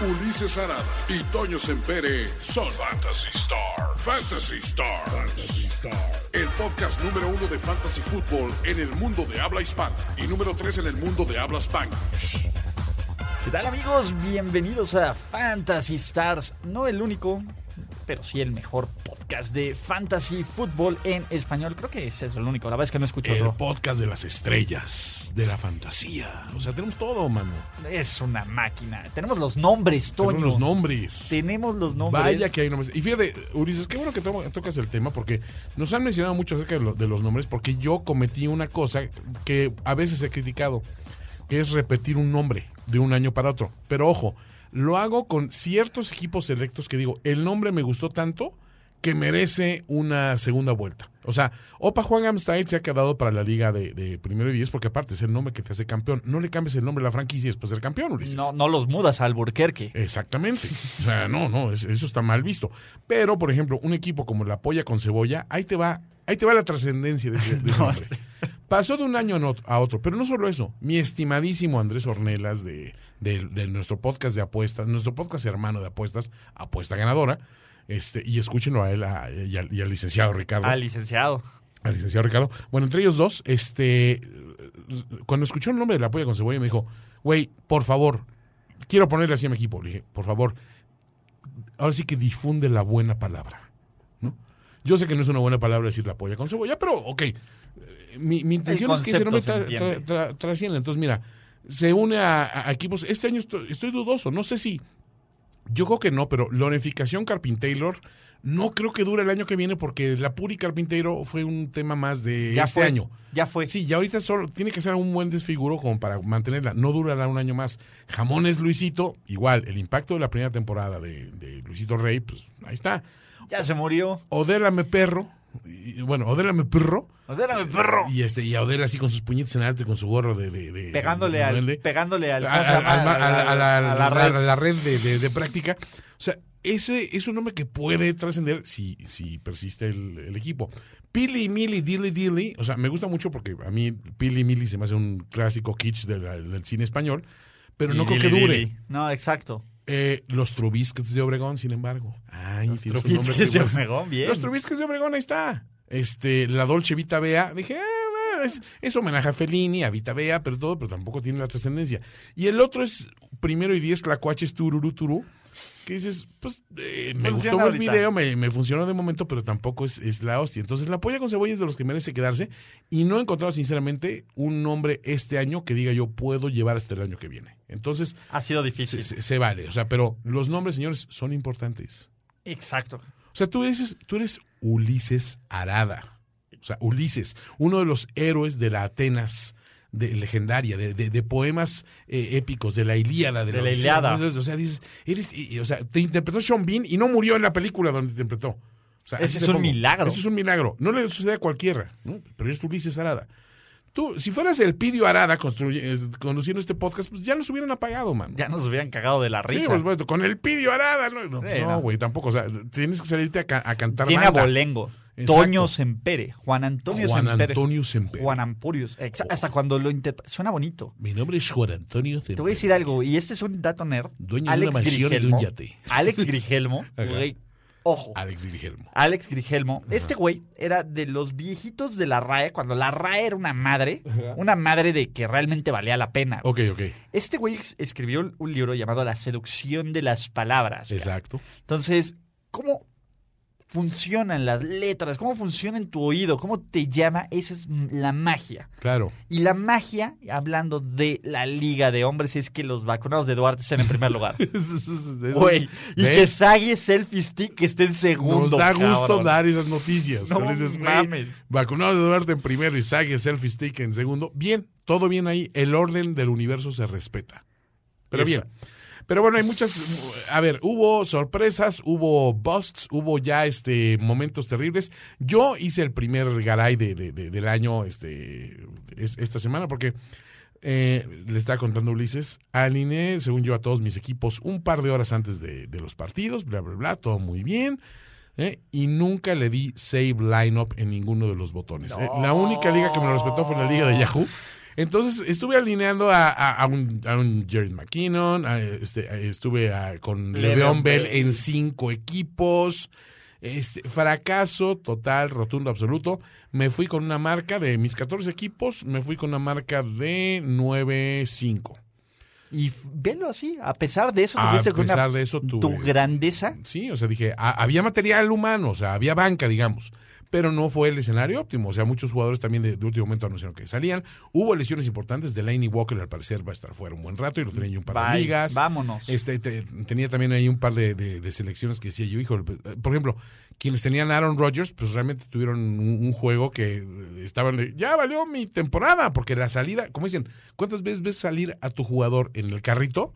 Ulises Arada y Toño Sempere son Fantasy Star. Fantasy Star. El podcast número uno de Fantasy Football en el mundo de habla hispana y número tres en el mundo de habla spanglish. ¿Qué tal amigos? Bienvenidos a Fantasy Stars, no el único, pero sí el mejor podcast de Fantasy Fútbol en español. Creo que ese es el único, la verdad es que no escucho El otro. podcast de las estrellas, de la fantasía. O sea, tenemos todo, mano. Es una máquina. Tenemos los nombres, Toño. Tenemos los nombres. Tenemos los nombres. Vaya que hay nombres. Y fíjate, Ulises, qué bueno que to- tocas el tema porque nos han mencionado mucho acerca de, lo- de los nombres porque yo cometí una cosa que a veces he criticado, que es repetir un nombre de un año para otro. Pero ojo, lo hago con ciertos equipos selectos que digo, el nombre me gustó tanto que merece una segunda vuelta. O sea, Opa Juan Amstyle se ha quedado para la liga de, de primero y diez porque aparte es el nombre que te hace campeón. No le cambies el nombre a la franquicia y después ser campeón, Ulises. No, no los mudas al Burquerque. Exactamente. O sea, no, no, es- eso está mal visto. Pero, por ejemplo, un equipo como la polla con cebolla, ahí te va, ahí te va la trascendencia de ese, de ese hombre. Pasó de un año a not- a otro, pero no solo eso. Mi estimadísimo Andrés Ornelas de, de- de nuestro podcast de apuestas, nuestro podcast hermano de apuestas, Apuesta Ganadora, este, y escúchenlo a él a- y, al, y al licenciado Ricardo. Ah, licenciado. Al licenciado Ricardo. Bueno, entre ellos dos, este, cuando escuchó el nombre de la polla con cebolla, me dijo, güey, por favor, quiero ponerle así a mi equipo. Le dije, por favor, ahora sí que difunde la buena palabra. ¿no? Yo sé que no es una buena palabra decir la polla con cebolla, pero ok. eh, Mi, mi intención es que ese nombre concepto se tra- tra- tra- trascienda. Entonces, mira, se une a, a equipos. Este año estoy, estoy dudoso. No sé si. Yo creo que no, pero la unificación Carpintaylor no creo que dure el año que viene porque la Puri Carpintero fue un tema más de Ya este fue. año. Ya fue. Sí, ya ahorita solo tiene que ser un buen desfiguro como para mantenerla. No durará un año más. Jamones Luisito, igual, el impacto de la primera temporada de, de Luisito Rey, pues ahí está. Ya se murió. Odélame perro, y, bueno, odélame perro. Odélame, perro. Y este, y a Odela así con sus puñetes en alto y con su gorro de. de- de- Pegándole de al. duende. Pegándole al. A- ¿cómo se a- llama? al ma- a la- a la- a la red. a la red de, de- de práctica. O sea, ese es un nombre que puede trascender si, si persiste el, el equipo. Pili, Mili, Dilly, Dilly. O sea, me gusta mucho porque a mí Pili, Mili se me hace un clásico kitsch de la- del cine español. Pero no Y creo dili, que dure. dili. No, exacto. Eh, los Trubiscuits de Obregón, sin embargo. Ay, Los tienes un Trubiscuits nombre que de igual- Obregón, bien. Los Trubiscuits de Obregón, ahí está. Este, la Dolce Vita Bea. Dije, ah, bueno, es, es homenaje a Fellini, a Vita Bea, pero todo, pero tampoco tiene la trascendencia. Y el otro es primero y diez, Tlacuaches Tururú Turú. Que dices, pues eh, me Funciona gustó el ahorita. video, me, me funcionó de momento, pero tampoco es, es la hostia. Entonces, la polla con cebolla es de los que merece quedarse. Y no he encontrado, sinceramente, un nombre este año que diga yo puedo llevar hasta el año que viene. Entonces, Ha sido difícil. se, se- se vale. O sea, pero los nombres, señores, son importantes. Exacto. O sea, tú dices, tú eres Ulises Arada. O sea, Ulises, uno de los héroes de la Atenas de, legendaria, de, de- de poemas eh, épicos, de la Ilíada. De, De la Odisea. Ilíada. Entonces, o sea, dices, eres, y- y, o sea, te interpretó Sean Bean y no murió en la película donde te interpretó. O sea, Ese así es te un milagro. Ese es un milagro. No le sucede a cualquiera, ¿no? pero eres Ulises Arada. Tú, si fueras el Pidio Arada construye- eh, conduciendo este podcast, pues ya nos hubieran apagado, mano. Ya nos hubieran cagado de la risa. Sí, pues, por supuesto, con el pidio Arada. No, No, Sí, pues no, no. güey, tampoco. O sea, tienes que salirte a, ca- a cantar. Tiene banda. abolengo. Exacto. Toño Sempere. Juan Antonio Juan Sempere. Antonio Sempere. Oh. Juan Ampurios. Exa- Hasta cuando lo interpreta. Suena bonito. Mi nombre es Juan Antonio Sempere. Te voy a decir algo, y este es un dato nerd. Dueño de una mansión y de un yate. Alex Grigelmo, Ajá. güey, ojo. Alex Dirigelmo. Alex Grigelmo, este güey era de los viejitos de la RAE, cuando la RAE era una madre, una madre de que realmente valía la pena. Ok, ok. Este güey es- escribió un libro llamado La seducción de las palabras. cara. Exacto. Entonces, ¿cómo funcionan las letras? ¿Cómo funciona en tu oído? ¿Cómo te llama? Esa es mm, la magia. Claro. Y la magia, hablando de la Liga de Hombres, es que los vacunados de Duarte estén en primer lugar. Güey, y ¿Ves? que Sagi Selfie Stick esté en Nos segundo. da gusto cabrón. dar esas noticias. No Pero dices, güey, mames. Vacunado de Duarte en primero y Sague Selfie Stick en segundo. Bien, todo bien ahí. El orden del universo se respeta. Pero Esa. bien. Pero bueno, hay muchas. A ver, hubo sorpresas, hubo busts, hubo ya este momentos terribles. Yo hice el primer garay de, de- de- del año este, es- esta semana porque eh, le estaba contando Ulises. Alineé, según yo, a todos mis equipos un par de horas antes de, de los partidos, bla, bla, bla, todo muy bien. ¿eh? Y nunca le di save lineup en ninguno de los botones. ¿eh? La única liga que me lo respetó fue la liga de Yahoo. Entonces estuve alineando a, a- a un, a un Jared McKinnon, a, este, a- estuve a- con Le'Veon Bell en cinco equipos. Este, fracaso total, rotundo, absoluto. Me fui con una marca de mis 14 equipos, me fui con una marca de 9-5. Y f- velo así, a pesar de eso, A tuviste con una- pesar de eso, tuve- tu grandeza. Sí, o sea, dije, a- había material humano, o sea, había banca, digamos, pero no fue el escenario óptimo. O sea, muchos jugadores también de, de último momento anunciaron que salían. Hubo lesiones importantes. Delaney Walker, al parecer, va a estar fuera un buen rato y lo tenía yo un par de Bye, ligas. vámonos. Este, te- tenía también ahí un par de, de- de selecciones que decía yo, hijo, por ejemplo, quienes tenían Aaron Rodgers, pues realmente tuvieron un, un juego que eh, estaban, ya valió mi temporada, porque la salida, como dicen, ¿cuántas veces ves salir a tu jugador en el carrito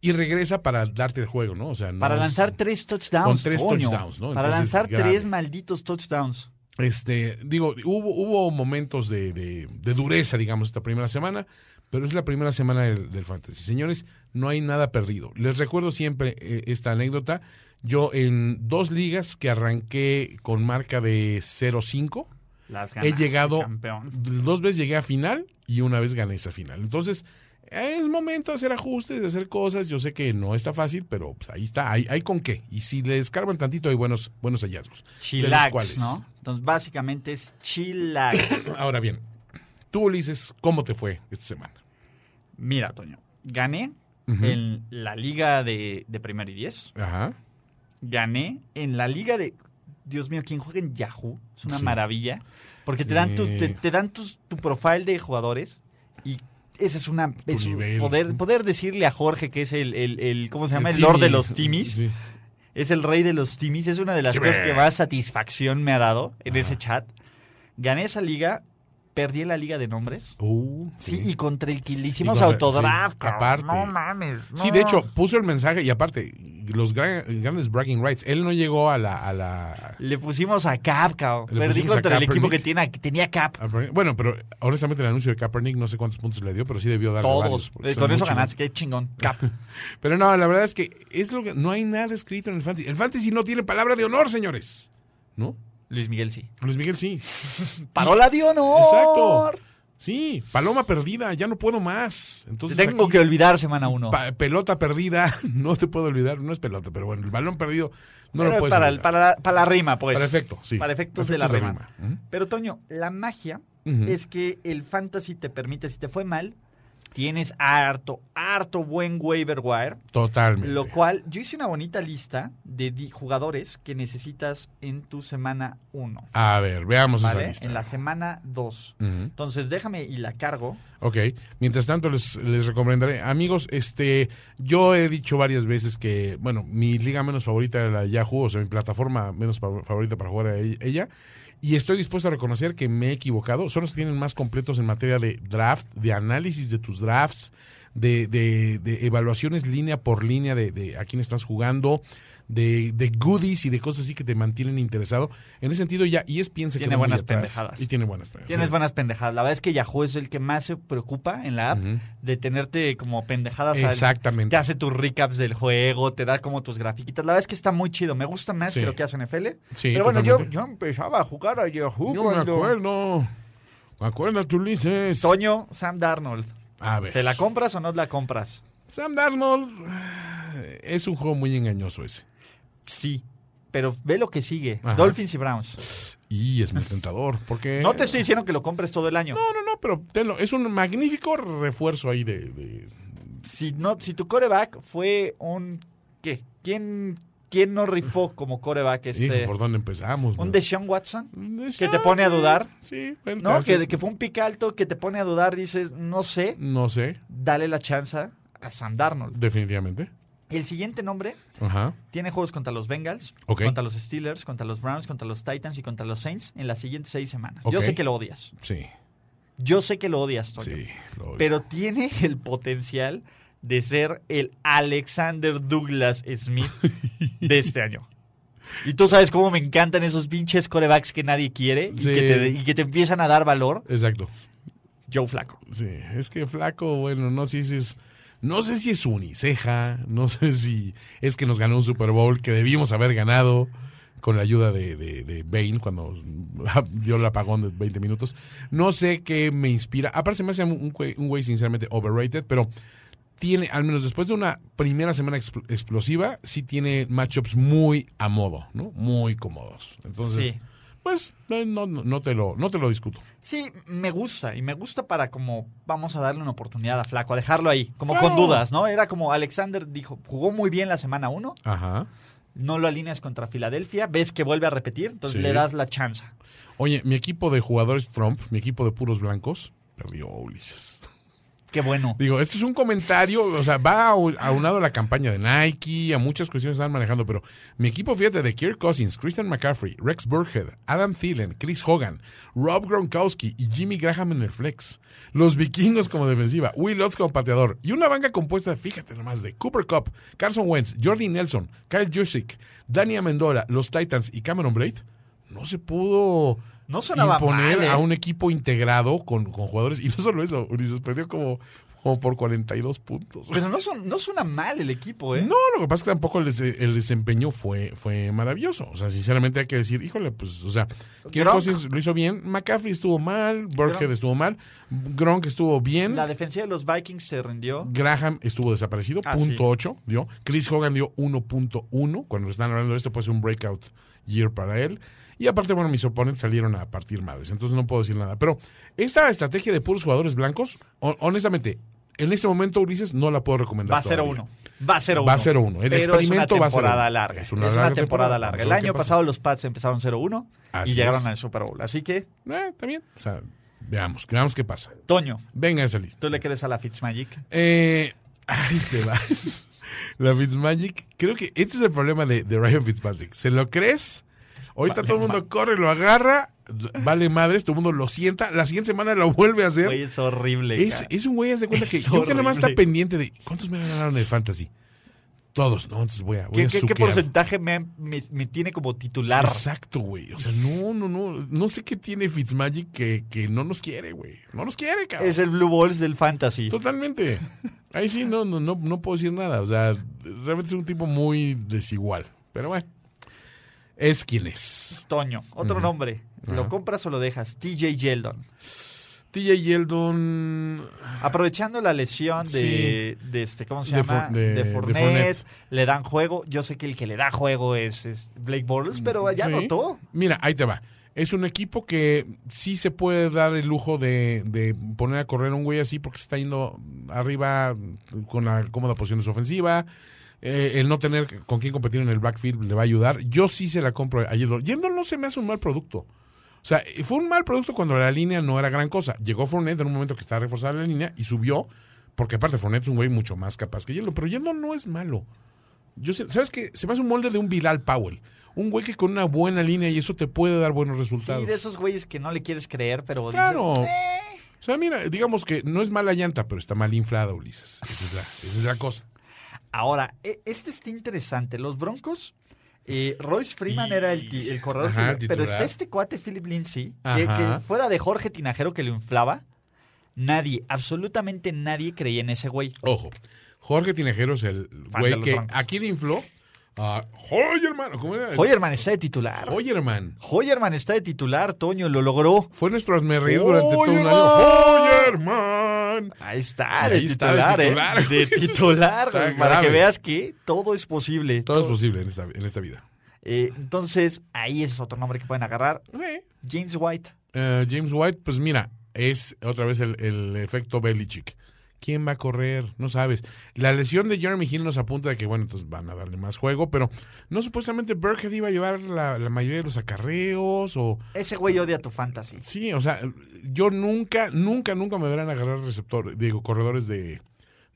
y regresa para darte el juego, no? O sea, no Para es- lanzar tres touchdowns. Con tres coño. touchdowns, ¿no? Para Entonces, lanzar grave. tres malditos touchdowns. Este, digo, hubo, hubo momentos de, de- de dureza, digamos, esta primera semana, pero es la primera semana del, del fantasy. Señores, no hay nada perdido. Les recuerdo siempre eh, esta anécdota. Yo en dos ligas que arranqué con marca de 0-5, Las he ganas, llegado, campeón. dos veces llegué a final y una vez gané esa final. Entonces, es momento de hacer ajustes, de hacer cosas. Yo sé que no está fácil, pero pues, ahí está, hay, hay con qué. Y si le descarban tantito, hay buenos, buenos hallazgos. de los Chillax, cuales- ¿no? Entonces, básicamente es chillax. Ahora bien, tú Ulises, ¿cómo te fue esta semana? Mira, Toño, gané en la liga de, de primer y diez. Ajá. Gané en la liga de... Dios mío, quien juega en Yahoo es una Sí. maravilla. Porque Sí. te dan, tus, te, te dan tus, tu profile de jugadores y ese es una... es un- nivel. poder, poder decirle a Jorge que es el... el- el- ¿Cómo se llama? El, lord de los timis. Sí. Es el rey de los timis. Es una de las Timmy. cosas que más satisfacción me ha dado en ese chat. Gané esa liga. Perdí la liga de nombres. Uh, Sí, sí. y contra el que le hicimos Y contra- autodraft. sí, cabrón. aparte. No mames. no. Sí, de hecho, puso el mensaje y aparte, los gran- grandes bragging rights, él no llegó a la... A la Le pusimos a Cap, cabrón. Le Perdí pusimos a contra el equipo que Kaepernick. tiene- que tenía Cap. a- bueno, pero honestamente el anuncio de Kaepernick no sé cuántos puntos le dio, pero sí debió dar Todos. Eh, Con eso ganaste. Qué chingón. Cap. Pero no, la verdad es que es lo que no hay nada escrito en el fantasy. El fantasy no tiene palabra de honor, señores. ¿No? Luis Miguel sí. Luis Miguel sí. Parola de honor. Exacto. Sí, paloma perdida, ya no puedo más. Te Entonces tengo aquí- que olvidar semana uno. Pa- pelota perdida, no te puedo olvidar, no es pelota, pero bueno, el balón perdido no Pero lo puedes para, el- olvidar. para la, para la rima, pues. Para efecto, sí. Para efectos, de la Efectos de rima. rima. Pero, Toño, la magia Ujú. es que el fantasy te permite, si te fue mal, tienes harto, harto buen waiver wire. Totalmente. Lo cual, yo hice una bonita lista de di- jugadores que necesitas en tu semana 1. A ver, veamos esa ¿Vale? lista. En la semana 2. Ujú. Entonces, déjame y la cargo. Ok, mientras tanto les, les recomendaré, amigos, este, yo he dicho varias veces que, bueno, mi liga menos favorita era la de Yahoo, o sea, mi plataforma menos pa- favorita para jugar a e- ella, y estoy dispuesto a reconocer que me he equivocado, son los que tienen más completos en materia de draft, de análisis de tus drafts, de, de- de evaluaciones línea por línea de, de a quién estás jugando, de, de goodies y de cosas así que te mantienen interesado. En ese sentido ya, y es piensa Tiene que buenas pendejadas. Y tiene buenas pendejadas. Tienes Sí. buenas pendejadas. La verdad es que Yahoo es el que más se preocupa en la app Ujú. de tenerte como pendejadas al- Exactamente. Te hace tus recaps del juego, te da como tus grafiquitas. La verdad es que está muy chido. Me gusta más Sí. que lo que hace NFL. Sí, Pero bueno, yo, totalmente. yo empezaba a jugar a Yahoo Yo me cuando... acuerdo. Acuérdate, Ulises. Toño, Sam Darnold. A ver. ¿Se la compras o no la compras? Sam Darnold. Es un juego muy engañoso ese. Sí. Pero ve lo que sigue. Ajá. Dolphins y Browns. Y es muy tentador. Porque. No te estoy diciendo que lo compres todo el año. Eh. No, no, no, pero tenlo. Es un magnífico refuerzo ahí de. de- Si, no, si tu coreback fue un... ¿Qué? ¿Quién, quién no rifó como coreback este? Hijo, ¿por dónde empezamos? ¿Un man? Deshaun Watson? Deshaun, te pone a dudar? Ah, Sí, bueno, No, te hace- que, que fue un pick alto que te pone a dudar. Dices, no sé. No sé, Dale la chance a Sam Darnold. definitivamente. El siguiente nombre Ajá. tiene juegos contra los Bengals, Ok. contra los Steelers, contra los Browns, contra los Titans y contra los Saints en las siguientes seis semanas. Yo Ok. sé que lo odias. Sí, Yo sé que lo odias, Toño. sí. lo- Pero tiene el potencial de ser el Alexander Douglas Smith de este año. Y tú sabes cómo me encantan esos pinches corebacks que nadie quiere y, Sí. que te, y que te empiezan a dar valor. Exacto. Joe Flaco. Sí, es que flaco, bueno, no sé si es. No sé si es uniceja, no sé si es que nos ganó un Super Bowl que debimos haber ganado con la ayuda de, de, de Bane cuando dio el apagón de 20 minutos. No sé qué me inspira. Aparte, se me hace un, un güey- un güey sinceramente overrated, pero tiene, al menos después de una primera semana expl- explosiva, sí tiene matchups muy a modo, ¿no? Muy cómodos. Entonces, Sí. pues no, no, no te lo, no te lo discuto. Sí, me gusta. Y me gusta para como vamos a darle una oportunidad a Flaco, a dejarlo ahí, como Claro. con dudas, ¿no? Era como Alexander dijo, jugó muy bien la semana 1, Ajá. no lo alineas contra Filadelfia, ves que vuelve a repetir, entonces Sí. le das la chance. Oye, mi equipo de jugadores Trump, mi equipo de puros blancos, perdió Ulises. Qué bueno. Digo, este es un comentario, o sea, va au- aunado a la campaña de Nike, a muchas cuestiones que están manejando, pero mi equipo, fíjate, de Kirk Cousins, Christian McCaffrey, Rex Burkhead, Adam Thielen, Chris Hogan, Rob Gronkowski y Jimmy Graham en el flex. Los vikingos como defensiva, Will Lutz como pateador y una banca compuesta, fíjate nomás, de Cooper Cup, Carson Wentz, Jordi Nelson, Kyle Jusic, Dani Amendola, los Titans y Cameron Braid. No se pudo No sonaba imponer mal, ¿eh? a un equipo integrado con, con jugadores. Y no solo eso, Ulises perdió como, como por 42 puntos. Pero no, son, no suena mal el equipo, ¿eh? No, lo que pasa es que tampoco el, des- el desempeño fue, fue maravilloso. O sea, sinceramente hay que decir, híjole, pues, o sea, Kirk Gronk. Cousins lo hizo bien, McCaffrey estuvo mal, Burkhead Gronk. estuvo mal, Gronk estuvo bien, La defensa de los Vikings se rindió. Graham estuvo desaparecido, Ah, punto sí. 8, dio. Chris Hogan dio 1.1. Cuando están hablando de esto, puede ser un breakout year para él. Y aparte, bueno, mis oponentes salieron a partir madres, entonces no puedo decir nada. Pero esta estrategia de puros jugadores blancos, hon- honestamente, en este momento, Ulises, no la puedo recomendar. Va a 0 todavía. 1. Va a 0 1. Va 0-1. El Pero experimento es una va a 0-1. temporada larga. Es una, larga temporada, temporada. larga. Vamos a El ver qué año pasa. pasado los Pats empezaron 0-1 Así y llegaron es. al Super Bowl. Así que, Eh, está bien. O sea, veamos, veamos qué pasa. Toño, Venga esa lista. ¿tú le crees a la Fitzmagic? Eh, ahí te va. La Fitzmagic, creo que este es el problema de, de Ryan Fitzpatrick. ¿Se lo crees? Ahorita todo el mundo corre, lo agarra, vale madres, todo el mundo lo sienta, la siguiente semana lo vuelve a hacer. Güey, es horrible. es, cara. es un güey, haz de cuenta que Es yo creo que nada más está horrible. pendiente de ¿cuántos me ganaron de fantasy? Todos, no, entonces voy a, voy ¿Qué, a qué- qué suquear. porcentaje me, me- me tiene como titular? Exacto, güey. O sea, no, no, no. No sé qué tiene Fitzmagic que, que no nos quiere, güey. No nos quiere, cabrón. Es el Blue Balls del Fantasy. Totalmente. Ahí sí no, no, no, no puedo decir nada. O sea, realmente es un tipo muy desigual. Pero bueno. Es quien es. Toño, otro nombre. ¿Lo Ajá. compras o lo dejas? TJ Yeldon. TJ Yeldon. Aprovechando la lesión de, de este, ¿cómo se Ah. De llama? Fo- de- de de Fournette, Fournette. le dan juego. Yo sé que el que le da juego es, es Blake Bortles, pero ya Mm, sí. anotó. Mira, ahí te va. Es un equipo que sí se puede dar el lujo de, de poner a correr a un güey así porque se está yendo arriba con la cómoda posición de su ofensiva. Eh, el no tener con quién competir en el backfield le va a ayudar. Yo sí se la compro a Yeldon. Yeldon no se me hace un mal producto. O sea, fue un mal producto cuando la línea no era gran cosa. Llegó Fournette en un momento que estaba reforzada la línea y subió, porque aparte Fournette es un güey mucho más capaz que Yeldon, pero Yeldon no es malo. Yo sé- ¿Sabes qué? Se me hace un molde de un Bilal Powell. Un güey que con una buena línea y eso te puede dar buenos resultados. Sí, de esos güeyes que no le quieres creer, pero dices, Claro. O sea, mira, digamos que no es mala llanta, pero está mal inflada, Ulises. Esa es la, esa es la cosa. Ahora, e- este está interesante. Los Broncos, eh, Royce Freeman Y- era el, ti- el corredor Ajá, titular, titular. pero está este cuate Philip Lindsay, que, Ajá. que fuera de Jorge Tinajero que lo inflaba, nadie, absolutamente nadie creía en ese güey. Ojo, Jorge Tinejero es el Fan de güey los que Broncos. aquí le infló a Hoyerman. ¿Cómo era? Hoyerman está de titular. Hoyerman. Hoyerman está de titular, Toño, lo logró. Fue nuestro asmerreír durante todo un año. ¡Hoyerman! ¡Hoyerman! Ahí está, de Ahí está, de titular, ¿eh? titular, güey. De titular, Está güey, para que grave. veas que todo es posible. Todo es To- posible en esta, en esta vida. Eh, entonces, ahí es otro nombre que pueden agarrar. Sí. James White. Eh, James White, pues mira, es otra vez el, el efecto Belichick. ¿Quién va a correr? No sabes. La lesión de Jeremy Hill nos apunta de que, bueno, entonces van a darle más juego, pero no supuestamente Burkhead iba a llevar la, la mayoría de los acarreos o... Ese güey odia tu fantasy. Sí, o sea, yo nunca, nunca, nunca me verán agarrar receptor, digo, corredores de,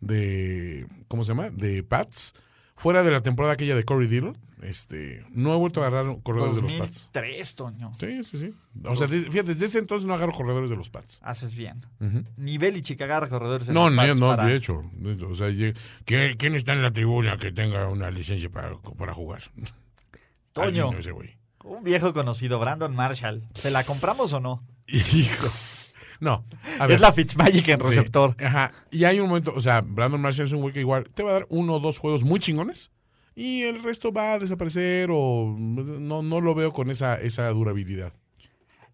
de ¿cómo se llama? De Pats. Fuera de la temporada aquella de Corey Dillon, este, no he vuelto a agarrar corredores de los Pats. 2003, Toño. Sí, sí, sí. O sea, desde- fíjate, desde ese entonces no agarro corredores de los Pats. Haces bien. Ni Belichick agarra corredores de No, los no, Pats no, para- de hecho. de hecho, O sea, lleg- ¿quién, quién está en la tribuna que tenga una licencia para, para jugar? Toño. Alguien, ese güey. Un viejo conocido, Brandon Marshall. ¿Se la compramos o no? Hijo. No, a ver. Es la Fitzmagic en Sí, receptor. Ajá. Y hay un momento, o sea, Brandon Marshall es un güey que igual te va a dar uno o dos juegos muy chingones y el resto va a desaparecer o no, no lo veo con esa, esa durabilidad.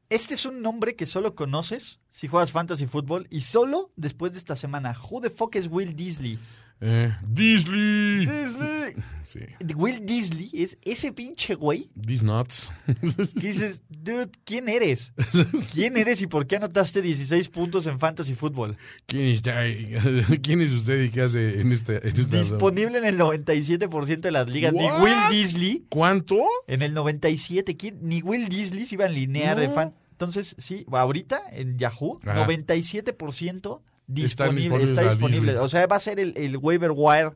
Este es un nombre que solo conoces si juegas fantasy fútbol y solo después de esta semana. Who the fuck is Will Disley? Eh, Disney. Disley. Sí. Will Disley es ese pinche güey These nuts. que dices, dude, ¿quién eres? ¿Quién eres y por qué anotaste 16 puntos en fantasy fútbol? ¿Quién, está ahí? ¿Quién es usted y qué hace en esta, en esta Disponible en el 97% de las ligas. Ni What? Will Disley ¿Cuánto? En el 97, ¿quién? ni Will Disley se iba en línea de No. fan. Entonces, sí, ahorita en Yahoo, Ajá. 97% disponible, Están disponibles está a disponible. Disney. O sea, va a ser el, el waiver wire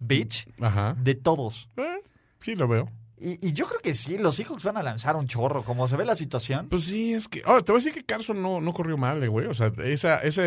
bitch Ajá. de todos. Eh, sí, lo veo. Y, y yo creo que sí, los Seahawks van a lanzar un chorro, como se ve la situación. Pues sí, es que. Ahora, te voy a decir que Carson no, no corrió mal, eh, güey. O sea, esa, esa,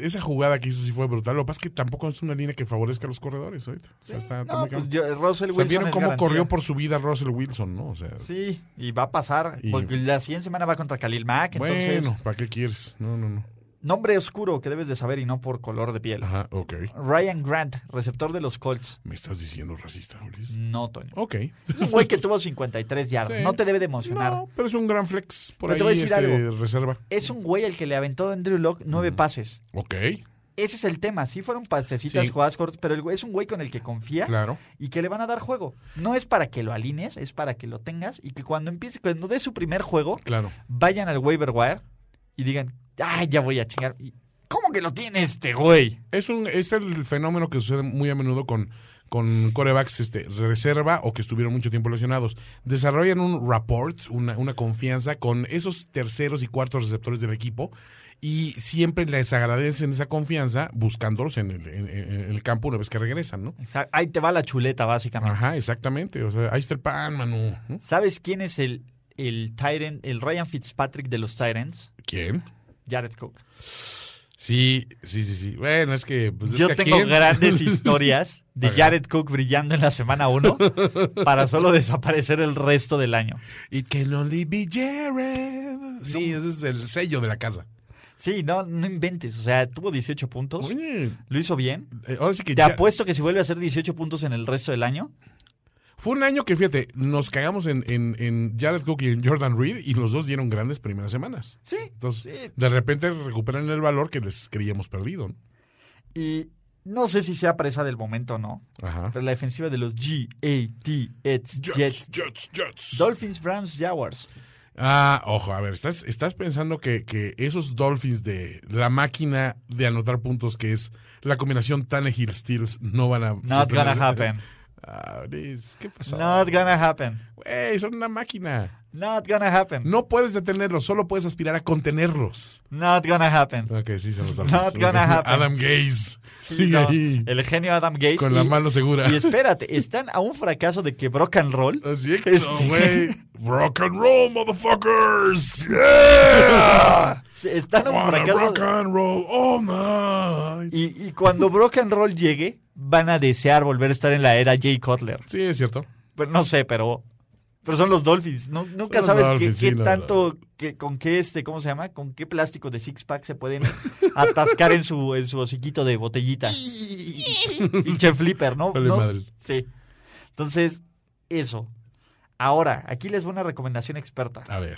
esa jugada que hizo sí fue brutal. Lo que pasa es que tampoco es una línea que favorezca a los corredores ahorita. O sea, está, está No, muy pues cabrón. yo- Russell O Wilson sea, vieron es cómo garantía. corrió por su vida Russell Wilson, ¿no? O sea, Sí, y va a pasar, Y- porque la siguiente semana va contra Khalil Mack, bueno, entonces... ¿para qué quieres? No, no, no. Nombre oscuro que debes de saber y no por color de piel. Ajá, ok. Ryan Grant, receptor de los Colts. Me estás diciendo racista, Ulises. No, Toño. Ok. Es un güey que tuvo 53 yardas. Sí. No te debe de emocionar. No, pero es un gran flex por Pero te ahí, voy a decir este, algo. reserva. Es un güey al que le aventó a Andrew Locke nueve pases. Ok, Ese es el tema. Sí fueron pasecitas, Sí. jugadas cortas, pero el güey- es un güey con el que confía claro. y que le van a dar juego. No es para que lo alinees, es para que lo tengas y que cuando empiece, cuando dé su primer juego, Claro. vayan al waiver wire y digan, ay, ya voy a chingar. Y, ¿Cómo que lo tiene este güey? Es un es el fenómeno que sucede muy a menudo con con corebacks este, reserva o que estuvieron mucho tiempo lesionados. Desarrollan un rapport, una, una confianza con esos terceros y cuartos receptores del equipo y siempre les agradecen esa confianza buscándolos en el, en- en- en el campo una vez que regresan, ¿no? Exacto. Ahí te va la chuleta, básicamente. Ajá, exactamente. O sea, ahí está el pan, Manu. ¿no? ¿Sabes quién es el, el Tyrant, el Ryan Fitzpatrick de los Tyrants? ¿Quién? Jared Cook. Sí, sí, sí, sí. Bueno, es que... pues, es Yo que ¿a tengo quién? grandes historias de Ajá. Jared Cook brillando en la semana 1 para solo desaparecer el resto del año. It can only be Jared. Sí, ese es el sello de la casa. Sí, no, no inventes. O sea, tuvo 18 puntos. Oye, Lo hizo bien. eh, ahora sí que Te ya- apuesto que si vuelve a hacer 18 puntos en el resto del año, Fue un año que, fíjate, nos cagamos en, en- en Jared Cook y en Jordan Reed y los dos dieron grandes primeras semanas. sí. Entonces, Sí. de repente recuperan el valor que les creíamos perdido. ¿no? Y no sé si sea presa del momento o no, Ajá. pero la defensiva de los GATs, Jets, Jets, Jets. Dolphins, Browns, Jaguars. Ah, ojo, a ver, estás, estás pensando que, que esos Dolphins de la máquina de anotar puntos que es la combinación Tannehill Steels no van a. Not gonna sostenerse? happen. Ah, Liz, ¿Qué pasó? Not gonna happen. Güey, son una máquina. Not gonna happen. No puedes detenerlos, solo puedes aspirar a contenerlos. Not gonna happen. Ok, sí, son los Not gonna happen. Adam Gaze. Sí, sigue no. ahí. El genio Adam Gates. Con la mano segura. Y espérate, están a un fracaso de que Brock and Roll. Así es, Este- güey. Rock and roll, motherfuckers. Yeah. se- Están a un Wanna fracaso. rock and roll all night. Y, y cuando Brock and Roll llegue, van a desear volver a estar en la era Jay Cutler. Sí, es cierto. Pero Pues no sé, pero. Pero son los Dolphins. No- nunca los sabes Dolphins, qué, sí, qué no, tanto. qué- con qué este, ¿cómo se llama? Con qué plástico de six pack se pueden atascar en su, en su hociquito de botellita. Pinche flipper, ¿no? Vale ¿No? madres. Sí. Entonces, eso. Ahora, aquí les voy una recomendación experta. A ver.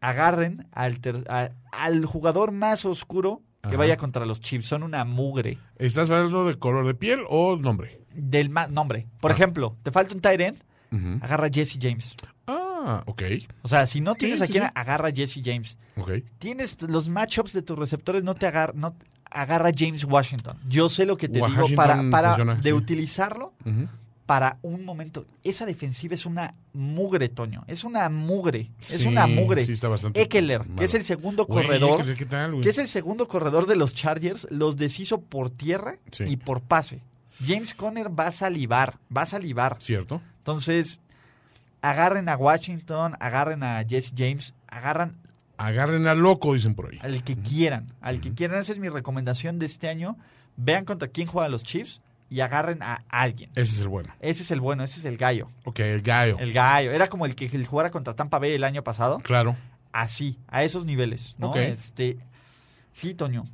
agarren al, ter- a- al jugador más oscuro que Ajá. vaya contra los Chiefs. Son una mugre. ¿Estás hablando de color de piel o nombre? Del más nombre. Por Ah. ejemplo, te falta un tight end, Ujú. agarra a Jesse James. Ah, ok. O sea, si no tienes sí, a quien, sí. agarra a Jesse James. Ok. Tienes los matchups de tus receptores, no te agarra, no agarra a James Washington. Yo sé lo que te digo Washington para, para funciona, de sí. utilizarlo Ujú. para un momento. Esa defensiva es una mugre, Toño. Es una mugre. es Sí, una mugre. Sí, está bastante. Ekeler, que es el segundo Güey, corredor. Eckler, ¿Qué tal, güey? que es el segundo corredor de los Chargers, los deshizo por tierra Sí. y por pase. James Conner va a salivar, va a salivar. ¿Cierto? Entonces, agarren a Washington, agarren a Jesse James, agarran Agarren a loco, dicen por ahí. al que quieran, al que quieran. Esa es mi recomendación de este año. Vean contra quién juegan los Chiefs y agarren a alguien. Ese es el bueno. Ese es el bueno, ese es el gallo. Ok, el gallo. El gallo. Era como el que el jugara contra Tampa Bay el año pasado. Claro. Así, a esos niveles, ¿no? Ok. Este, sí, Toño.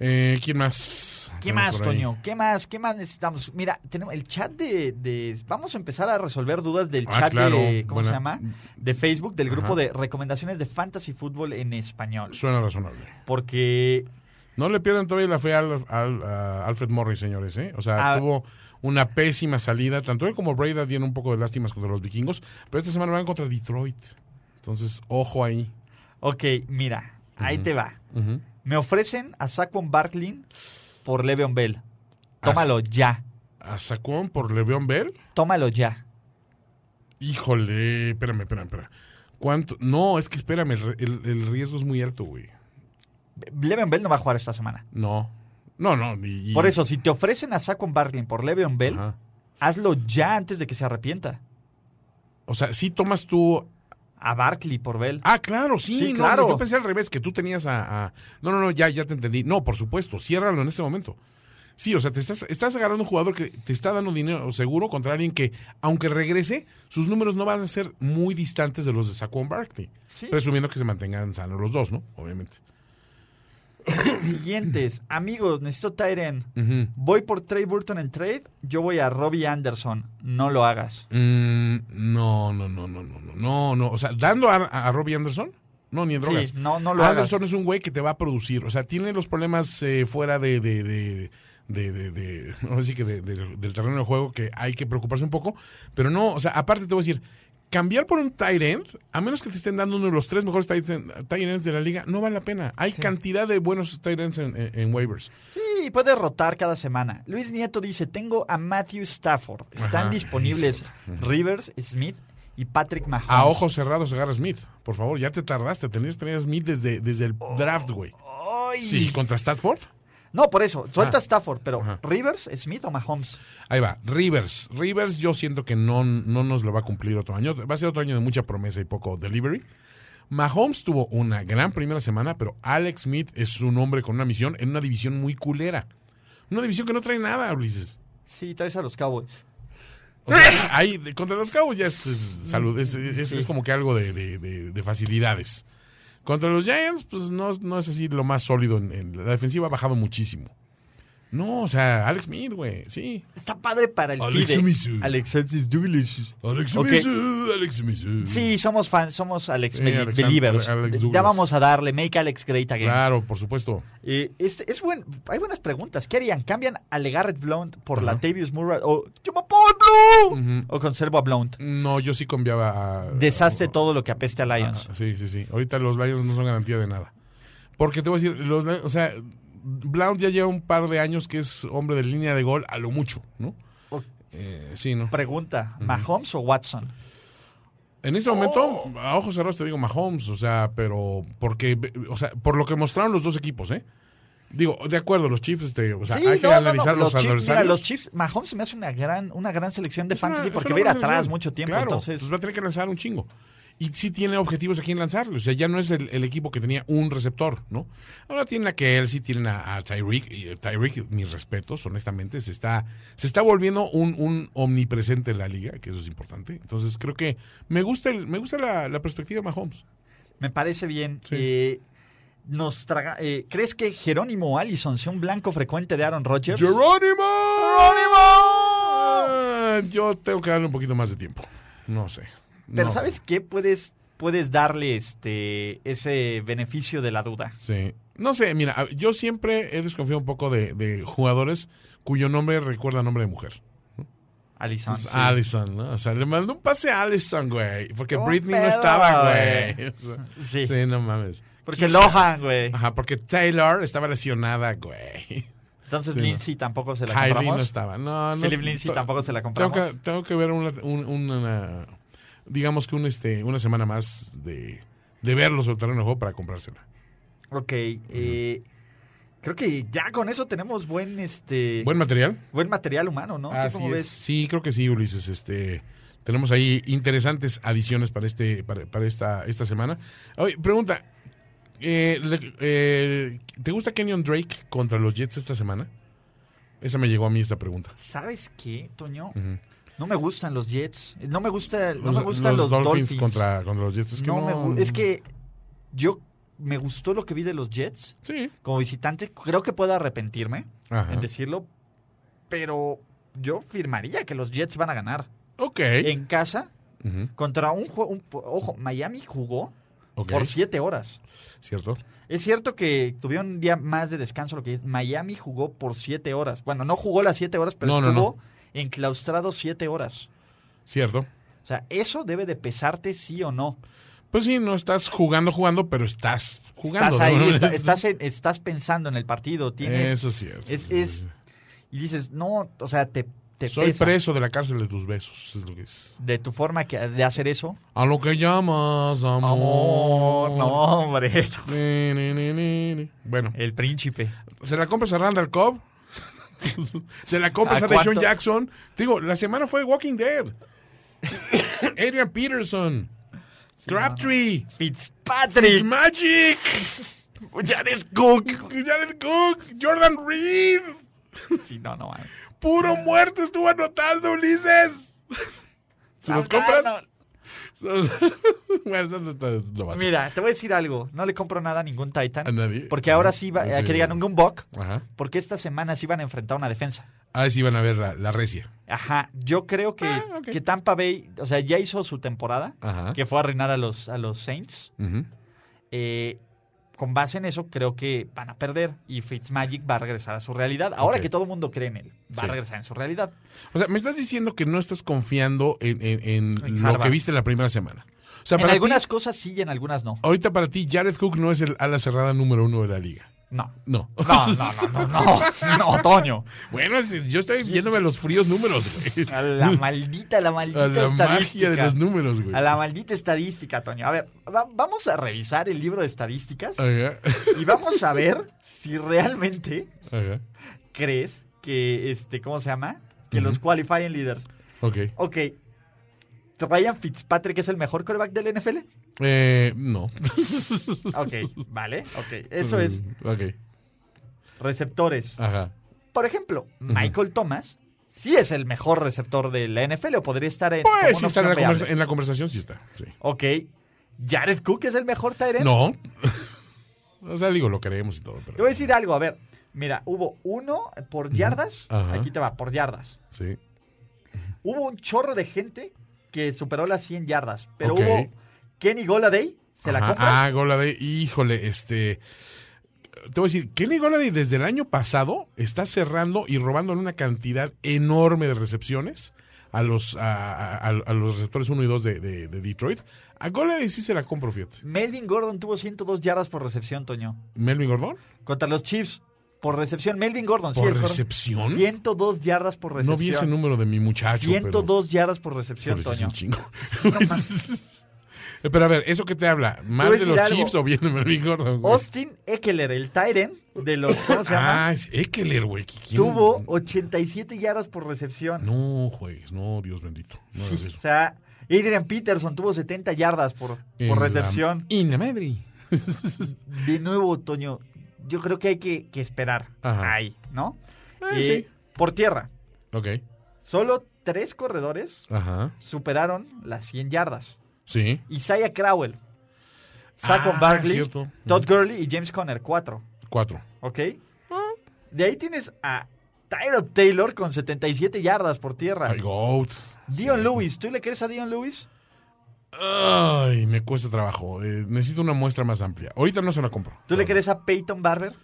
Eh, ¿Quién más? ¿Qué Tenemos más, por ahí. Toño? ¿Qué más? ¿Qué más necesitamos? Mira, tenemos el chat de, de- Vamos a empezar a resolver dudas del Ah, chat claro, de... ¿Cómo buena. se llama? De Facebook, del grupo Ajá. de recomendaciones de Fantasy Fútbol en español. Suena razonable. Porque... No le pierdan todavía la fe al, al- a Alfred Morris, señores. ¿eh? O sea, Ah. tuvo una pésima salida. Tanto él como Breda dieron un poco de lástimas contra los vikingos. Pero esta semana van contra Detroit. Entonces, ojo ahí. Ok, mira, ahí te va. Ujú. Me ofrecen a Saquon Barkley por Le'Veon Bell. Tómalo ya. A Saquon por Le'Veon Bell. Tómalo ya. Híjole, espérame, espérame, espérame. ¿Cuánto? No, es que espérame, el, el- el riesgo es muy alto, güey. Le'Veon Bell no va a jugar esta semana. No. No, no. ni- Por eso, si te ofrecen a Saquon Barkley por Le'Veon Bell, Ajá. hazlo ya antes de que se arrepienta. O sea, sí tomas tú. A Barkley por Bell. Ah, claro, sí, Sí, no, claro. no, Yo pensé al revés, que tú tenías a, a- No, no, no, ya, ya te entendí. No, por supuesto, ciérralo en este momento. Sí, o sea, te estás, estás agarrando un jugador que te está dando dinero seguro contra alguien que, aunque regrese, sus números no van a ser muy distantes de los de Saquon Barkley. Sí. Presumiendo que se mantengan sanos los dos, ¿no? Obviamente. Siguientes. Amigos, necesito Tyren. Ujú. Voy por Trey Burton en trade. Yo voy a Robbie Anderson. No lo hagas. Mm, no, no, no, no, no, no, no, no. O sea, dando a, a Robbie Anderson, no, ni en Sí, drogas. no- no lo Anderson es un güey que te va a producir. O sea, tiene los problemas eh, fuera de, de, de, de, de- de- ahora sí que de- de- del terreno de juego que hay que preocuparse un poco. Pero no, o sea, aparte te voy a decir, cambiar por un tight end, a menos que te estén dando uno de los tres mejores tight end- tight ends de la liga, no vale la pena. Hay cantidad de buenos tight ends en, en- en waivers. Sí, puede rotar cada semana. Luis Nieto dice, tengo a Matthew Stafford. Están Ajá. disponibles Rivers, Smith y Patrick Mahomes. A ojos cerrados agarra Smith. Por favor, ya te tardaste. Tenías que tener a Smith desde, desde el Oh. draft, güey. ¡Ay! Sí, contra Statford. No, por eso. Suelta Ah. Stafford, pero Ajá. Rivers, Smith o Mahomes. Ahí va, Rivers. Rivers yo siento que no, no nos lo va a cumplir otro año. Va a ser otro año de mucha promesa y poco delivery. Mahomes tuvo una gran primera semana, pero Alex Smith es un hombre con una misión en una división muy culera. Una división que no trae nada, Ulises. Sí, traes a los Cowboys. O sea, ahí, de- contra los Cowboys ya es, es salud, es, es- Sí. es como que algo de, de- de- de facilidades. Contra los Giants, pues no, no es así lo más sólido. En, en- la defensiva ha bajado muchísimo. No, o sea, Alex Smith, güey, sí. Está padre para el Alex FIDE. Misu. Alexis Douglas. Alex Ok. Mizu, Alex Mizu. Sí, somos fans, somos Alex Sí, Meli- Alexander- Believers. Alex ya Douglas. vamos a darle, make Alex great again. Claro, por supuesto. Eh, es, es buen, hay buenas preguntas. ¿Qué harían? ¿Cambian a Legarrette Blount por Ajá. Latavius Murray? ¿O yo me pongo a Blue? Ujú. Mm. ¿O conservo a Blount? No, yo sí conviaba a. Deshazte a- todo lo que apeste a Ah, Lions. sí, sí, sí. Ahorita los Lions no son garantía de nada. Porque te voy a decir, los, Lions- o sea, Blount ya lleva un par de años que es hombre de línea de gol a lo mucho, ¿no? Ok. Eh, sí, ¿no? Pregunta, ¿Mahomes o Watson? En este momento, Oh. a ojos cerrados te digo Mahomes, o sea, pero porque, o sea, por lo que mostraron los dos equipos, ¿eh? Digo, de acuerdo, los Chiefs, este, o sea, Sí, hay que no, no, no, analizar los, Chiefs- mira, adversarios. los Chiefs, Mahomes se me hace una gran, una gran selección de Es una- fantasy Ah, es porque una va a ir buena atrás selección. mucho tiempo. Claro, pues entonces, va a tener que lanzar un chingo. Y sí tiene objetivos a quien lanzarle. O sea, ya no es el, el equipo que tenía un receptor, ¿no? Ahora tienen a Kelsey, tienen a, a Tyreek. Y eh, Tyreek, mis respetos, honestamente, se está, se está volviendo un, un omnipresente en la liga, que eso es importante. Entonces, creo que me gusta, el- me gusta la, la perspectiva de Mahomes. me parece bien. Sí. Eh, nos traga- eh, ¿Crees que Jerónimo Allison sea un blanco frecuente de Aaron Rodgers? ¡Jerónimo! Ah, Yo tengo que darle un poquito más de tiempo. No sé. Pero No. ¿sabes qué? Puedes, puedes darle este, ese beneficio de la duda. Sí. No sé, mira, a- yo siempre he desconfiado un poco de, de jugadores cuyo nombre recuerda a nombre de mujer. Allison. Entonces, Ah, sí. Allison, ¿no? O sea, le mandó un pase a Allison, güey. Porque Un Britney pedo, no estaba, güey. güey. O sea, Sí. Sí, Ah, no mames. Porque Quizá- Lohan, güey. Ajá, porque Taylor estaba lesionada, güey. Entonces Sí, no. Lindsay tampoco se la Kylie no compramos. estaba. No, no. Philip Lindsay to- tampoco se la Tengo compramos. que, tengo que ver una, un- una- digamos que un, este, una semana más de, de verlos soltar terreno de juego para comprársela. Ok. eh, Creo que ya con eso tenemos buen este Buen material. buen material humano, ¿no? ¿Tú Así cómo es. ves? Sí, creo que sí, Ulises. Este, tenemos ahí interesantes adiciones para este, para, para esta, esta semana. Oye, pregunta. eh, le- eh, ¿Te gusta Kenyon Drake contra los Jets esta semana? Esa me llegó a mí esta pregunta. ¿Sabes qué, Toño? No me gustan los Jets. No me gusta, no Los- me gustan los, Dolphins. Contra, contra los Jets. Es que, no me no- gu- es que yo me gustó lo que vi de los Jets Sí. como visitante. Creo que puedo arrepentirme Ajá. en decirlo, pero yo firmaría que los Jets van a ganar Ok. en casa Ujú, contra un juego. ojo, Miami jugó ok. por siete horas. Cierto. Es cierto que tuvieron un día más de descanso, lo que Miami jugó por siete horas. Bueno, no jugó las siete horas, pero No, no, estuvo enclaustrado siete horas. Cierto. O sea, eso debe de pesarte sí o no. Pues sí, no estás jugando, jugando, pero estás jugando. Estás ahí, ¿no? está- estás, en- estás pensando en el partido, tienes... Eso es cierto. es, es- y dices, no, o sea, te, te Soy pesa preso de la cárcel de tus besos, es lo que es. de tu forma que- de hacer eso. A lo que llamas amor. Amor, no, hombre. Ni, ni, ni, ni, ni. Bueno, El príncipe. ¿se la compras a Randall Cobb? ¿Se la compras ¿A a, Deshaun cuánto? Jackson? Digo, la semana fue Walking Dead. Adrian Peterson. Crabtree. Fitzpatrick. Magic. Jared Cook. Jared Cook. Jordan Reed. Sí, no, ah. no. man. Puro muerto estuvo anotando Ulises. ¿Se Ah, los compras? bueno, no, no, no, no. Mira, te voy a decir algo. No le compro nada a ningún Titan. ¿A nadie? Porque ahora sí, va, Sí, a que digan bueno. un Buck. Ajá. Porque esta semana sí van a enfrentar una defensa. A ver si van a ver la, la recia. Ajá, yo creo que, Ah, ok. que Tampa Bay, o sea, ya hizo su temporada, Ajá. que fue a arruinar a los, a los Saints. Ujú. Eh, con base en eso, creo que van a perder y Fitzmagic va a regresar a su realidad. Ahora Ok. que todo el mundo cree en él, va Sí. a regresar en su realidad. O sea, me estás diciendo que no estás confiando en, en- en En lo Harbaugh. que viste la primera semana. O sea, En para ti- algunas cosas sí y en algunas no. ahorita para ti, Jared Cook no es el ala cerrada número uno de la liga. No. No. No, no, no, no, no, no, Toño. bueno, si- yo estoy viéndome los fríos números, güey. A la maldita, la A maldita la magia estadística. de los números, güey. a la maldita estadística, Toño. A ver, va- vamos a revisar el libro de estadísticas Ajá, y vamos a ver si realmente ajá. crees que, este, ¿cómo se llama? Que los qualifying leaders. Ok. Ok. Ryan Fitzpatrick es el mejor coreback del NFL. Eh, no. Ok, vale, ok. Eso es Ok. receptores. Ajá. Por ejemplo, Michael Thomas sí es el mejor receptor de la NFL o podría estar en, como Pues una sí está en la, opción conversa- viable. en la conversación, sí está. Sí. Ok. Jared Cook es el mejor Tyrant. No. o sea, digo, lo queremos y todo, Te voy pero. a decir algo, a ver. Mira, hubo uno por yardas. Ajá. Aquí te va, por yardas. Sí. Hubo un chorro de gente que superó las 100 yardas. Pero Ok. hubo Kenny Goladay. ¿Se la Ajá. compras? Ah, Goladay. Híjole, este. Te voy a decir, Kenny Goladay desde el año pasado está cerrando y robándole una cantidad enorme de recepciones a los, a, a- a- a los receptores 1 y 2 de, de- de Detroit. A Goladay sí se la compro, fíjate. Melvin Gordon tuvo 102 yardas por recepción, Toño. Melvin Gordon, Contra los Chiefs. Por recepción. Melvin Gordon, sí, ¿Por el cor- recepción? 102 yardas por no recepción. vi ese número de mi muchacho. pero- 102 yardas por recepción, Híjole, sí Toño. es un chingo. No mames. Pero a ver, ¿eso qué te habla? Te voy ¿Mal a de decir los algo. Chiefs o bien de Melvin Gordon? güey? Austin Eckler, el Tyren de los. ¿Cómo se llama? Ah, es Ekeler, güey. que- ¿quién- Tuvo 87 yardas por recepción. No juegues, no, Dios bendito. No Sí, hagas eso. o sea, Adrian Peterson tuvo 70 yardas por, En por la- recepción. Y la madre. De nuevo, Toño, yo creo que hay que, que esperar Ajá. ahí, ¿no? Ah, Eh, sí. Por tierra, Ok. solo tres corredores Ajá. superaron las 100 yardas. Sí. Isaiah Crowell, Saquon Ah, Barkley, cierto. Todd Gurley y James Conner, cuatro, Cuatro. ¿ok? De ahí tienes a Tyrod Taylor con 77 yardas por tierra. Ay, Goat. Dion Lewis, ¿tú le crees a Dion Lewis? Ay, me cuesta trabajo. Eh, necesito una muestra más amplia. Ahorita no se la compro. ¿Tú le crees a Peyton Barber?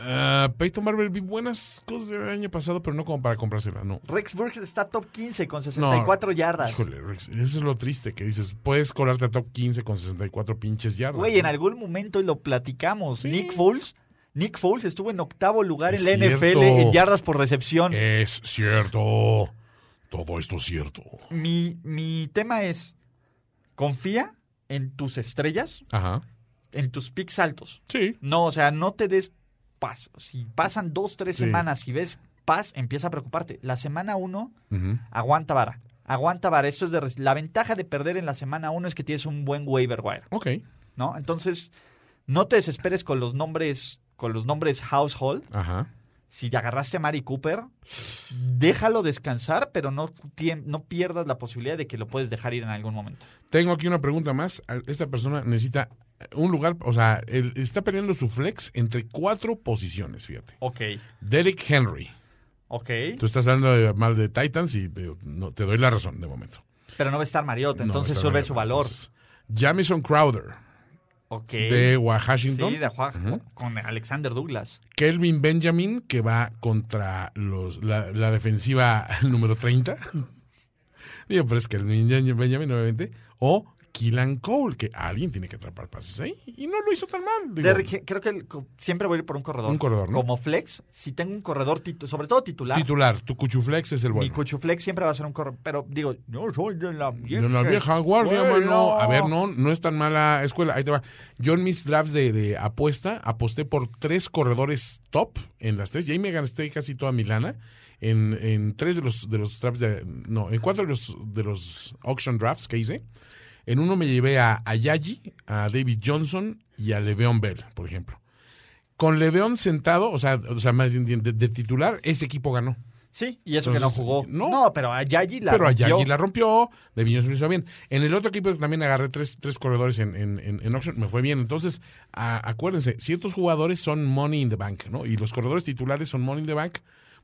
Ah, Peyton Barber vi buenas cosas del año pasado, pero no como para comprársela, no. Rex Burkhead está top 15 con 64 No. yardas. Híjole, Rex, eso es lo triste que dices. Puedes colarte a top 15 con 64 pinches yardas. Güey, en algún momento lo platicamos. Sí. Nick Foles. Nick Foles estuvo en octavo lugar Es en la cierto. Eh. NFL en yardas por recepción. Es cierto. Todo esto es cierto. Mi, mi tema es, confía en tus estrellas, Ajá. en tus picks altos. Sí. No, o sea, no te des paz. Si pasan dos, tres Sí. semanas y ves paz, empieza a preocuparte. La semana uno, aguanta vara. Aguanta vara. Esto es de res- la ventaja de perder en la semana uno es que tienes un buen waiver wire. Ok. ¿no? Entonces, no te desesperes con los nombres, con los nombres household. Ajá. Si te agarraste a Mari Cooper, déjalo descansar, pero no, tien- no pierdas la posibilidad de que lo puedes dejar ir en algún momento. Tengo aquí una pregunta más. Esta persona necesita un lugar, o sea, él está peleando su flex entre cuatro posiciones, fíjate. Ok, Derek Henry. ok. Tú estás hablando de- mal de Titans y eh, no, te doy la razón de momento. Pero no va a estar Mariota, No, entonces está sube bien, su valor. entonces. Jamison Crowder ok. de sí, Washington. de Juan- con Alexander Douglas. Kelvin Benjamin, que va contra los, la, la defensiva número 30. Digo, pero es Kelvin Benjamin, obviamente. O Killan Cole, que alguien tiene que atrapar pases ahí. Y no lo hizo tan mal. Digo, Derrick, creo que el- co- siempre voy a ir por un corredor. Un corredor, ¿no? Como flex, si tengo un corredor, titu- sobre todo titular, titular, tu cuchuflex es el mi bueno. cuchuflex siempre va a ser un corredor. Pero digo, yo soy de la vieja. De la vieja guardia, escuela. mano. A ver, no, no es tan mala escuela. Ahí te va. Yo en mis drafts de, de apuesta aposté por tres corredores top en las tres. Y ahí me gasté casi toda mi lana. En, en tres de los, de los drafts de- No, en cuatro de los, de los auction drafts que hice. En uno me llevé a Ayayi, a David Johnson y a Le'Veon Bell, por ejemplo. Con Le'Veon sentado, o sea, o sea más bien de, de titular, ese equipo ganó. Sí, y eso Entonces, que no jugó. no. pero a Yayi la pero a rompió. Yagi la rompió, de Viñoso lo hizo bien. En el otro equipo también agarré tres, tres corredores en, en, en, en auction, me fue bien. Entonces, a- acuérdense, ciertos jugadores son money in the bank, ¿no? Y los corredores titulares son money in the bank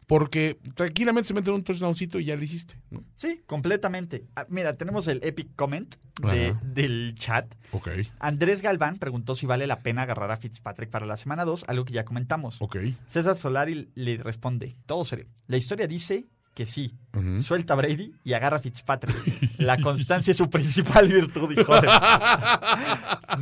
porque tranquilamente se meten un touchdowncito y ya lo hiciste, ¿no? Sí, completamente. Ah, Mira, tenemos el epic comment de- Ajá. del chat. Ok, Andrés Galván preguntó si vale la pena agarrar a Fitzpatrick para la semana 2, algo que ya comentamos. ok. César Solari le responde, todo serio. La historia dice que sí. Ujú. Suelta a Brady y agarra a Fitzpatrick. La constancia es su principal virtud, hijo de...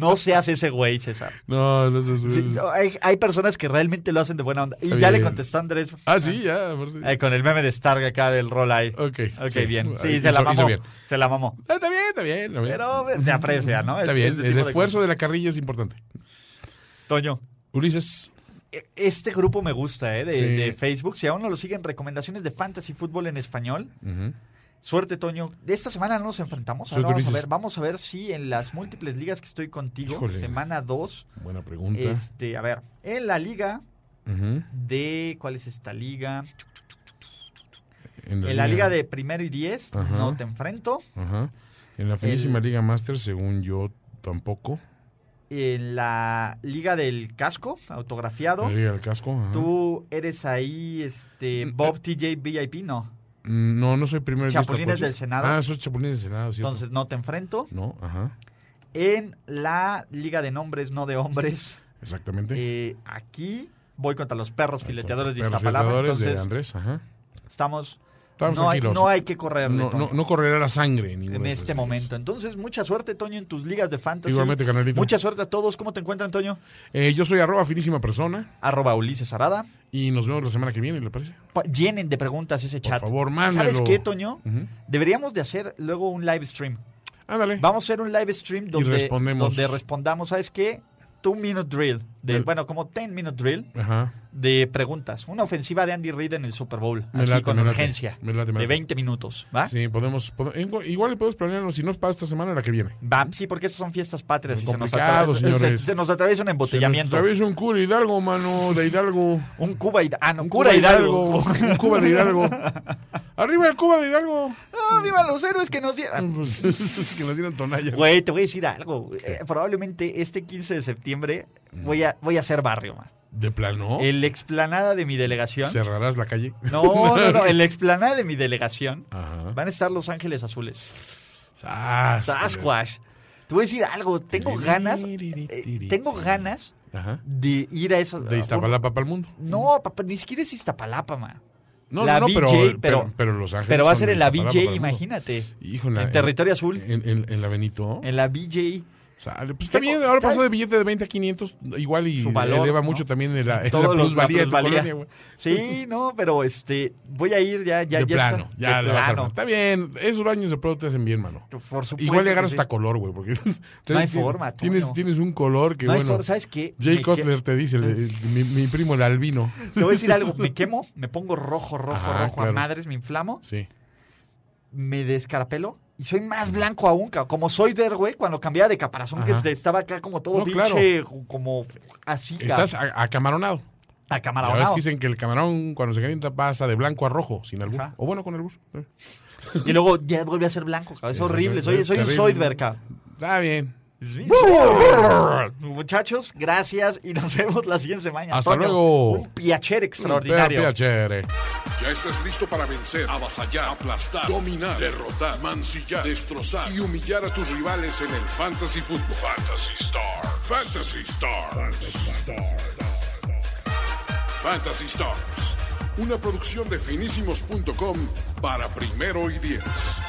No seas ese güey, César. No, no sé. Sí, hay, hay personas que realmente lo hacen de buena onda. Y Mm. Está ya le bien. contestó Andrés. Ah, sí, ya. aparte. Eh, con el meme de Stark acá del roll eye. Ok. Ok, Sí. bien. Sí, Hizo- se la hizo mamó. bien. Se la mamó. Ah, Está bien, está bien. Está bien, Pero pues, se aprecia, ¿no? Está Es- bien. este el tipo de esfuerzo de la carrilla es importante. cosas. Toño, Ulises, e- este grupo me gusta, ¿eh? De, Sí. de Facebook. Si aún no lo siguen, recomendaciones de fantasy fútbol en español. Suerte, Toño. De esta semana no nos enfrentamos. Ahora Suerte, vamos, a Ulises. ver, vamos a ver si en las múltiples ligas que estoy contigo, Híjole. semana 2, buena pregunta. este, a ver, en la liga Ujú. de. ¿Cuál es esta liga? En En la liga de primero y 10, Ajá. no te enfrento. Ajá. En la finísima El- Liga Master, según yo, tampoco. En la liga del casco, autografiado. La Liga del Casco. ajá. Tú eres ahí, este, Bob TJ VIP, no. Mm, No, no soy primero. en lista, Chapulines coaches. del Senado. Ah, soy Chapulines del Senado, ¿cierto? Entonces no te enfrento. No, ajá. En la liga de nombres, no de hombres, Exactamente. eh, aquí voy contra los perros fileteadores de Perros Iztapalapa. fileteadores de Entonces Andrés, ajá. estamos... Estamos no, hay, tranquilos. no hay que correrle, No, Toño, no- no correrá la sangre en, ninguna en de estas este ligas. momento. Entonces, mucha suerte, Toño, en tus ligas de fantasy. Igualmente, carnalito. Mucha suerte a todos. ¿Cómo te encuentran, Toño? Eh, yo soy arroba finísima persona Arroba Ulises Arada. y nos vemos la semana que viene, ¿le parece? Pa- Llenen de preguntas ese chat. favor, mándalo. ¿Sabes qué, Toño? Ujú. Deberíamos de hacer luego un live stream. Ándale. Vamos a hacer un live stream donde, respondemos. donde respondamos, ¿sabes qué? Two minute drill. De, El- bueno, como ten minute drill Ajá. de preguntas. Una ofensiva de Andy Reid en el Super Bowl. Me así late, con me late, urgencia. me late, me de late. 20 minutos. ¿Va? Sí. Sí, podemos, pod- igual- Igual le podemos planearlo, si no es para esta semana, la que viene. Va, sí, porque esas son fiestas patrias Es y se nos, complicado, atraviesa, se, señores. se nos atraviesa un Se nos embotellamiento. atraviesa un cura Hidalgo, mano, de Hidalgo. Un Cuba Hidalgo. Ah, no, Un cura Hidalgo. Un Cuba de Hidalgo. Arriba el Cuba de Hidalgo. ¡Ah, viva los héroes que nos dieron! Pues, es que nos dieron tonalla. Güey, te voy a decir algo. Eh, probablemente este 15 de septiembre Mm. voy a, voy a hacer barrio, man. De plano. El explanada de mi delegación. Eh, Cerrarás la calle. No, no, no. El explanada de mi delegación. Ajá. Van a estar Los Ángeles Azules. Sas, Sasquatch. Te voy a decir algo. Tengo ganas. eh, tengo ganas Ajá. de ir a esas. De Iztapalapa para el mundo. No, papá, ni siquiera es Iztapalapa, ma. No, La no, no, pero, BJ, pero, pero- pero Los Ángeles. Pero va a ser son en la Iztapalapa eh, para el BJ, mundo. imagínate. Híjole. En territorio azul. En, en- en la Benito. En la BJ. Sale, pues está bien, ahora pasó de billete de 20 a 500, igual y Su valor, eleva ¿no? mucho también el, el- Todos la los la plusvalía de tu plusvalía. colonia, güey. Sí, no, pero este, voy a ir ya, ya, de ya plano, está. ya de la vas a plano. armar. Está bien, esos baños de pro te hacen bien, mano. Por supuesto. Igual le que Pues agarras sí. hasta color, güey, porque No hay tienes- forma, Toño. tienes, tienes un color que, No hay bueno, forma, ¿sabes qué? Me Jay que- Cutler te dice, el- el- mi, mi primo el albino. Te voy a decir algo, me quemo, me pongo rojo, rojo, Ajá, rojo Ah, claro. a madres, me inflamo, Sí. me descarapelo y soy más blanco aún, cabrón. como soy de güey, cuando cambiaba de caparazón Ajá. que estaba acá como todo No, pinche, como así, cabrón, Estás a- acamaronado. a cámara La verdad es que dicen que el camarón cuando se calienta pasa de blanco a rojo, sin albur. Ajá. O bueno, con albur. Eh. Y luego ya volví a ser blanco, cabrón. es horrible, soy, Es soy un terrible. Zoidberg, cabrón. Está bien. Sí, sí. Muchachos, gracias y nos vemos la siguiente semana. Hasta Antonio. luego. Un piacher extraordinario. Pea, pea, chévere. Ya estás listo para vencer, avasallar, aplastar, dominar, derrotar, mancillar, destrozar y humillar a tus rivales en el Fantasy Football. Fantasy Star. Fantasy Stars. Fantasy Stars. Una producción de finísimos.com para primero y diez.